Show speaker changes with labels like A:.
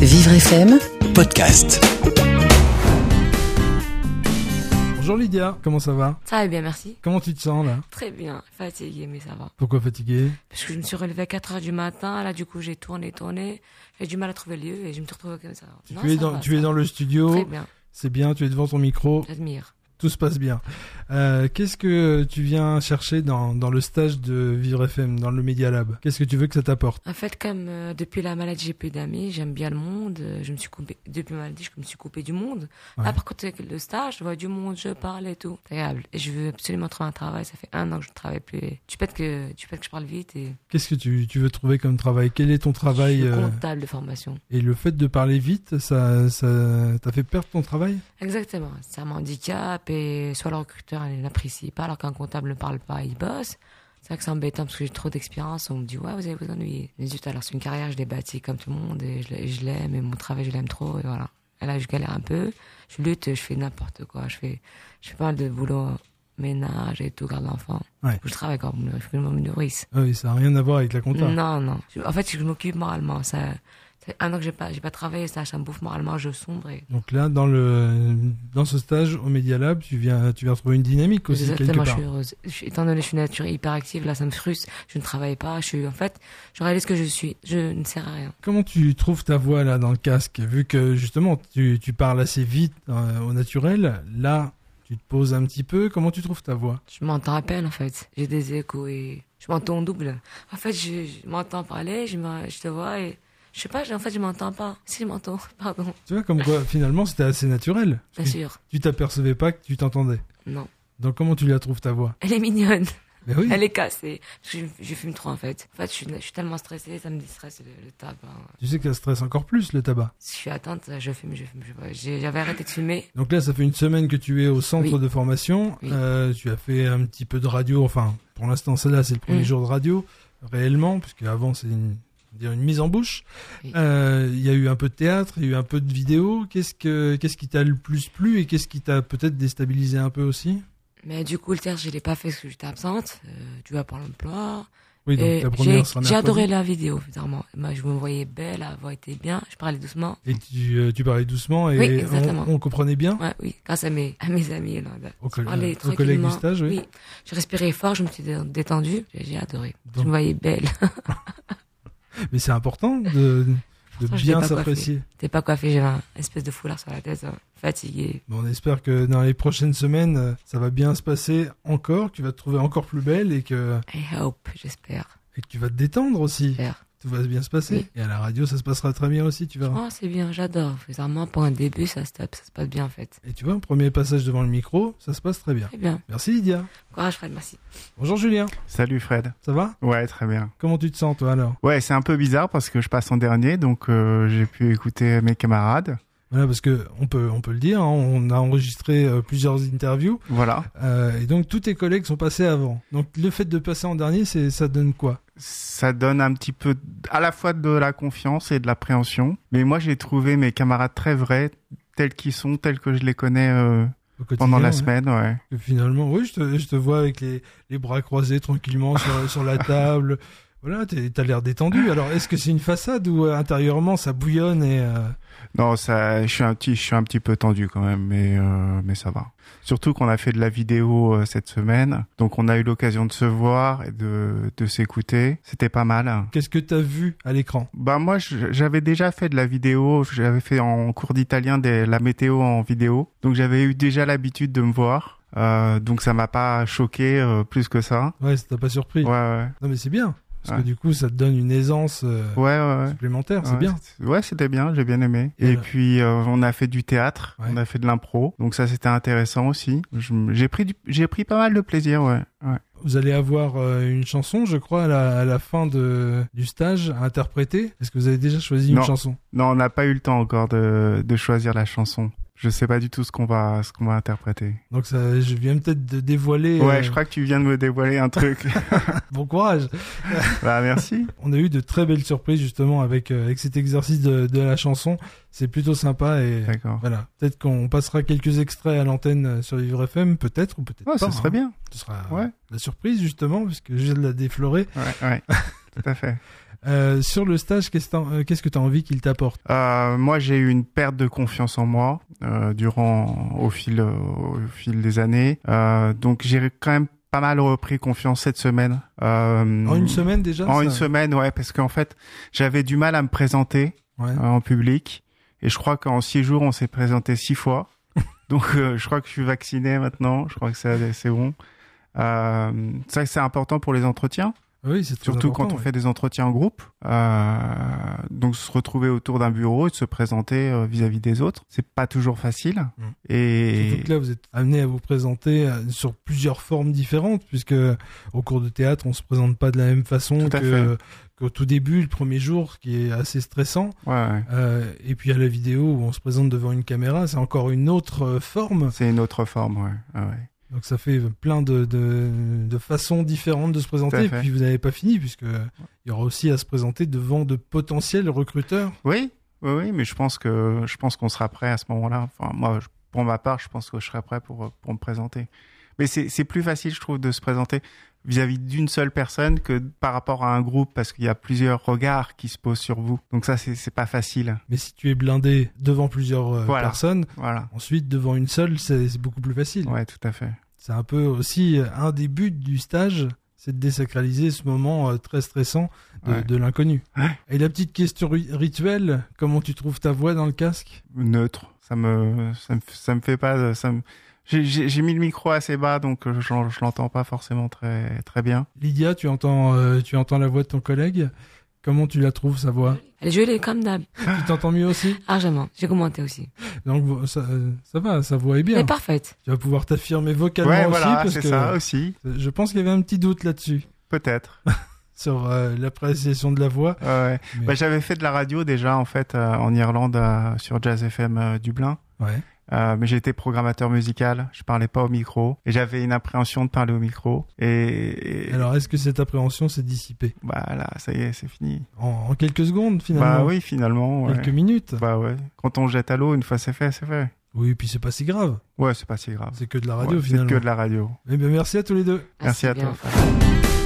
A: Vivre FM,
B: podcast.
C: Bonjour Lydia, comment ça va
D: Ça va bien, merci.
C: Comment tu te sens là
D: Très bien. Fatiguée, mais ça va.
C: Pourquoi fatiguée
D: Parce que je me suis relevée à 4 heures du matin, là, du coup, j'ai tourné, tourné. J'ai du mal à trouver le lieu et je me suis retrouvée comme ça. Non,
C: Tu es
D: ça
C: dans,
D: va,
C: tu
D: ça
C: es
D: va.
C: dans le
D: Très
C: studio,
D: bien.
C: c'est bien, tu es devant ton micro,
D: J'admire.
C: tout se passe bien. Euh, Qu'est-ce que tu viens chercher dans, dans le stage de Vivre FM, dans le Media Lab Qu'est-ce que tu veux que ça t'apporte
D: En fait, comme euh, depuis la maladie, j'ai plus d'amis, j'aime bien le monde. euh, Je me suis coupée, depuis ma maladie, je me suis coupée du monde.
C: Ouais.
D: Là, par contre, avec le stage, je vois du monde, je parle et tout. C'est agréable. Et je veux absolument trouver un travail. Ça fait un an que je ne travaille plus. Tu pètes que, tu pètes que je parle vite et
C: Qu'est-ce que tu, tu veux trouver comme travail Quel est ton travail
D: je suis
C: euh,
D: comptable de formation.
C: Et le fait de parler vite, ça ça t'a fait perdre ton travail
D: Exactement, c'est un handicap et soit le recruteur il n'apprécie pas alors qu'un comptable ne parle pas, il bosse. C'est vrai que c'est embêtant parce que j'ai trop d'expérience, on me dit ouais vous allez vous ennuyer. Mais zut alors c'est une carrière, je l'ai bâtie comme tout le monde et je l'ai- je l'aime et mon travail je l'aime trop et voilà. Et là je galère un peu, je lutte, je fais n'importe quoi, je fais, je fais pas mal de boulot, ménage et tout, garde d'enfants.
C: Ouais.
D: Je travaille quand même, je me nourrisse.
C: Ah Oui, ça n'a rien à voir avec la compta.
D: Non, non. Je- En fait je m'occupe moralement, ça... ça fait Un an que j'ai pas, j'ai pas travaillé, ça, ça me bouffe moralement, je sombre et
C: Donc là, dans le dans ce stage au Media Lab, tu viens tu viens retrouver une dynamique aussi quelque
D: Exactement, je
C: part.
D: suis heureuse. Je suis- étant donné que je suis une nature hyperactive, là, ça me frustre. Je ne travaille pas. Je suis, en fait, je réalise que je suis. Je ne sers à rien.
C: Comment tu trouves ta voix là dans le casque Vu que justement tu, tu parles assez vite euh, au naturel, là tu te poses un petit peu, comment tu trouves ta voix
D: Je m'entends à peine, en fait. J'ai des échos et je m'entends en double. En fait, je, je m'entends parler, je, me- je te vois et je sais pas, je- en fait, je m'entends pas. Si je m'entends, pardon,
C: Tu vois comme quoi finalement c'était assez naturel.
D: bien
C: Tu-
D: sûr.
C: Tu t'apercevais pas que tu t'entendais.
D: Non.
C: Donc comment tu la trouves ta voix
D: Elle est mignonne.
C: Ben oui.
D: Elle est cassée. Je, je fume trop, en fait. En fait, je suis, je suis tellement stressée, ça me distresse le, le tabac.
C: Tu sais que ça stresse encore plus le tabac.
D: Si je suis atteinte, je fume, je fume, je fume. J'ai- J'avais arrêté de fumer.
C: Donc là ça fait une semaine que tu es au centre
D: Oui.
C: de formation.
D: Oui.
C: Euh, tu as fait un petit peu de radio. Enfin pour l'instant c'est là c'est le premier
D: Mm.
C: jour de radio réellement puisque avant c'est une dire une mise en bouche.
D: Oui.
C: Euh, Il y a eu un peu de théâtre, il y a eu un peu de vidéo. Qu'est-ce que qu'est-ce qui t'a le plus plu et qu'est-ce qui t'a peut-être déstabilisé un peu aussi
D: Mais du coup, le théâtre, je l'ai pas fait parce que j'étais absente. Euh, tu vas pour l'emploi.
C: Oui, donc
D: Et
C: la
D: Euh, J'ai
C: première sera
D: j'ai
C: mercredi.
D: adoré la vidéo, bizarrement. Moi, je me voyais belle, la voix était bien, je parlais doucement.
C: Et tu, euh, tu parlais doucement et
D: Oui,
C: on,
D: exactement.
C: on comprenait bien.
D: Ouais, oui, grâce à mes, à mes amis. Là, là.
C: Au coll-
D: Je parlais
C: euh, aux collègues du
D: tranquillement.
C: stage, oui.
D: Oui, j'ai respiré fort, je me suis dé- détendue, j'ai j'ai adoré. Je
C: Donc-
D: me voyais belle.
C: Mais c'est important de, de
D: Pourtant, je l'ai
C: bien
D: pas
C: s'apprécier.
D: T'es pas coiffée, j'avais un espèce de foulard sur la tête, hein, fatiguée.
C: Bon, on espère que dans les prochaines semaines, euh, ça va bien se passer encore, que tu vas te trouver encore plus belle et que,
D: I hope, j'espère.
C: et que tu vas te détendre aussi.
D: J'espère.
C: Tout va bien se passer.
D: Oui.
C: Et à la radio, ça se passera très bien aussi, tu verras.
D: Oh, c'est bien, j'adore. Bizarrement, pour un début, ça se tape, ça se passe bien en fait.
C: Et tu vois, premier passage devant le micro, ça se passe très bien.
D: Très bien.
C: Merci Lydia.
D: Courage, Fred, merci.
C: Bonjour Julien,
E: Salut Fred.
C: ça va
E: Ouais, très bien.
C: Comment tu te sens toi alors
E: Ouais, c'est un peu bizarre parce que je passe en dernier, donc euh, j'ai pu écouter mes camarades.
C: Voilà, parce que on peut, on peut le dire, hein, on a enregistré euh, plusieurs interviews
E: Voilà.
C: euh, et donc tous tes collègues sont passés avant. Donc le fait de passer en dernier, c'est ça donne quoi
E: Ça donne un petit peu à la fois de la confiance et de l'appréhension. Mais moi, j'ai trouvé mes camarades très vrais, tels qu'ils sont, tels que je les connais euh,
C: au quotidien,
E: pendant la
C: ouais.
E: semaine. Ouais.
C: Que Finalement, oui, je te, je te vois avec les, les bras croisés tranquillement sur, sur la table. Voilà, t'es- t'as l'air détendu. Alors, est-ce que c'est une façade ou euh, intérieurement ça bouillonne et euh,
E: Non, ça, je suis un petit, je suis un petit peu tendu quand même, mais euh, mais ça va. Surtout qu'on a fait de la vidéo euh, cette semaine, donc on a eu l'occasion de se voir et de de s'écouter. C'était pas mal.
C: qu'est-ce que t'as vu à l'écran
E: Bah moi je- j'avais déjà fait de la vidéo, j'avais fait en cours d'italien des- la météo en vidéo, donc j'avais eu déjà l'habitude de me voir, euh, donc ça m'a pas choqué euh, plus que ça.
C: Ouais, ça t'a pas surpris.
E: Ouais ouais
C: Non, mais c'est bien parce
E: Ouais.
C: que du coup, ça te donne une aisance. euh,
E: ouais ouais. ouais.
C: supplémentaire, Ah, c'est
E: Ouais,
C: bien.
E: c'était- Ouais, c'était bien, j'ai bien aimé.
C: Et
E: Et,
C: alors
E: puis euh, on a fait du théâtre,
C: Ouais.
E: on a fait de l'impro, donc ça c'était intéressant aussi. Je m- J'ai pris du- j'ai pris pas mal de plaisir, ouais. ouais.
C: Vous allez avoir euh, une chanson, je crois, à la, à la fin de, du stage à interpréter. Est-ce que vous avez déjà choisi
E: Non.
C: une chanson
E: Non, on n'a pas eu le temps encore de de choisir la chanson. Je sais pas du tout ce qu'on va ce qu'on va interpréter.
C: Donc ça, je viens peut-être de dévoiler.
E: Ouais,
C: euh,
E: je crois que tu viens de me dévoiler un truc.
C: Bon courage.
E: bah merci.
C: On a eu de très belles surprises justement avec, euh, avec cet exercice de, de la chanson. C'est plutôt sympa et
E: D'accord.
C: voilà. Peut-être qu'on passera quelques extraits à l'antenne euh, sur Vivre FM, peut-être ou peut-être
E: Ouais,
C: pas.
E: ce serait
C: hein.
E: bien.
C: Ce sera euh,
E: Ouais.
C: la surprise justement puisque je viens de la déflorer.
E: Ouais, ouais. Tout à fait.
C: Euh, sur le stage, qu'est-ce t'en- euh, qu'est-ce que tu as envie qu'il t'apporte
E: Euh, moi, j'ai eu une perte de confiance en moi euh, durant au fil euh, au fil des années. Euh, donc, j'ai quand même pas mal repris confiance cette semaine. Euh,
C: En une semaine déjà
E: En
C: ça
E: une semaine, ouais, parce qu'en fait, j'avais du mal à me présenter
C: Ouais.
E: euh, en public, et je crois qu'en six jours, on s'est présenté six fois. Donc, euh, je crois que je suis vacciné maintenant. Je crois que ça, c'est bon. Euh, ça, c'est important pour les entretiens.
C: Ah Oui, c'est très
E: Surtout quand
C: important,
E: on
C: ouais.
E: fait des entretiens en groupe. Euh, donc se retrouver autour d'un bureau et de se présenter euh, vis-à-vis des autres, c'est pas toujours facile.
C: Mm.
E: Et
C: Surtout que là, vous êtes amené à vous présenter euh, sur plusieurs formes différentes, puisque euh, au cours de théâtre, on se présente pas de la même façon
E: Tout à
C: que- qu'au tout début, le premier jour, ce qui est assez stressant.
E: ouais, ouais,
C: Euh, et puis à la vidéo, où on se présente devant une caméra, c'est encore une autre euh, forme.
E: c'est une autre forme. Ouais. Ah ouais.
C: Donc ça fait plein de, de, de façons différentes de se présenter. Et
E: fait.
C: puis vous n'avez pas fini, puisque il y aura aussi à se présenter devant de potentiels recruteurs.
E: Oui, oui, oui, mais je pense que je pense qu'on sera prêt à ce moment-là. Enfin, moi, je- pour ma part, je pense que je serai prêt pour euh, pour me présenter. Mais c'est c'est plus facile, je trouve, de se présenter vis-à-vis d'une seule personne que par rapport à un groupe parce qu'il y a plusieurs regards qui se posent sur vous. Donc ça, c'est c'est pas facile.
C: Mais si tu es blindé devant plusieurs euh,
E: Voilà.
C: personnes,
E: Voilà.
C: ensuite devant une seule, c'est c'est beaucoup plus facile.
E: Ouais, tout à fait.
C: C'est un peu aussi euh, un des buts du stage, c'est de désacraliser ce moment euh, très stressant de,
E: Ouais.
C: de l'inconnu.
E: Ouais.
C: Et la petite question ri- rituelle, comment tu trouves ta voix dans le casque
E: neutre. Ça me, ça me, ça me fait pas. de- Ça me... j'ai, j'ai, j'ai mis le micro assez bas, donc euh, je, je l'entends pas forcément très, très bien.
C: Lydia, tu entends, euh, tu entends la voix de ton collègue Comment tu la trouves, sa voix
D: Elle est jolie comme d'hab.
C: Tu t'entends mieux aussi
D: Argemment. J'ai commenté aussi.
C: Donc vo- ça, euh, ça va, sa voix est
D: Elle est
C: bien.
D: parfaite.
C: Tu vas pouvoir t'affirmer vocalement
E: ouais,
C: aussi,
E: voilà,
C: parce
E: c'est
C: que euh,
E: ça aussi.
C: je pense qu'il y avait un petit doute là-dessus,
E: Peut-être.
C: sur euh, l'appréciation de la voix.
E: Ouais, ouais.
C: Mais-
E: Bah, j'avais fait de la radio déjà en fait euh, en Irlande euh, sur Jazz FM euh, Dublin.
C: Ouais.
E: Euh, mais j'étais programmateur musical, je parlais pas au micro et j'avais une appréhension de parler au micro. Et, et-
C: Alors, est-ce que cette appréhension s'est dissipée
E: voilà, ça y est, c'est fini.
C: en, en quelques secondes, finalement
E: Bah oui, finalement. ouais.
C: Quelques minutes
E: Bah ouais. Quand on jette à l'eau, une fois c'est fait, c'est fait.
C: Oui, puis c'est pas si grave.
E: Ouais, c'est pas si grave.
C: C'est que de la radio
E: Ouais, c'est
C: finalement. ben,
E: que de la radio.
C: Eh bien, merci à tous les deux.
E: Merci à
D: Ah, bien.
E: toi.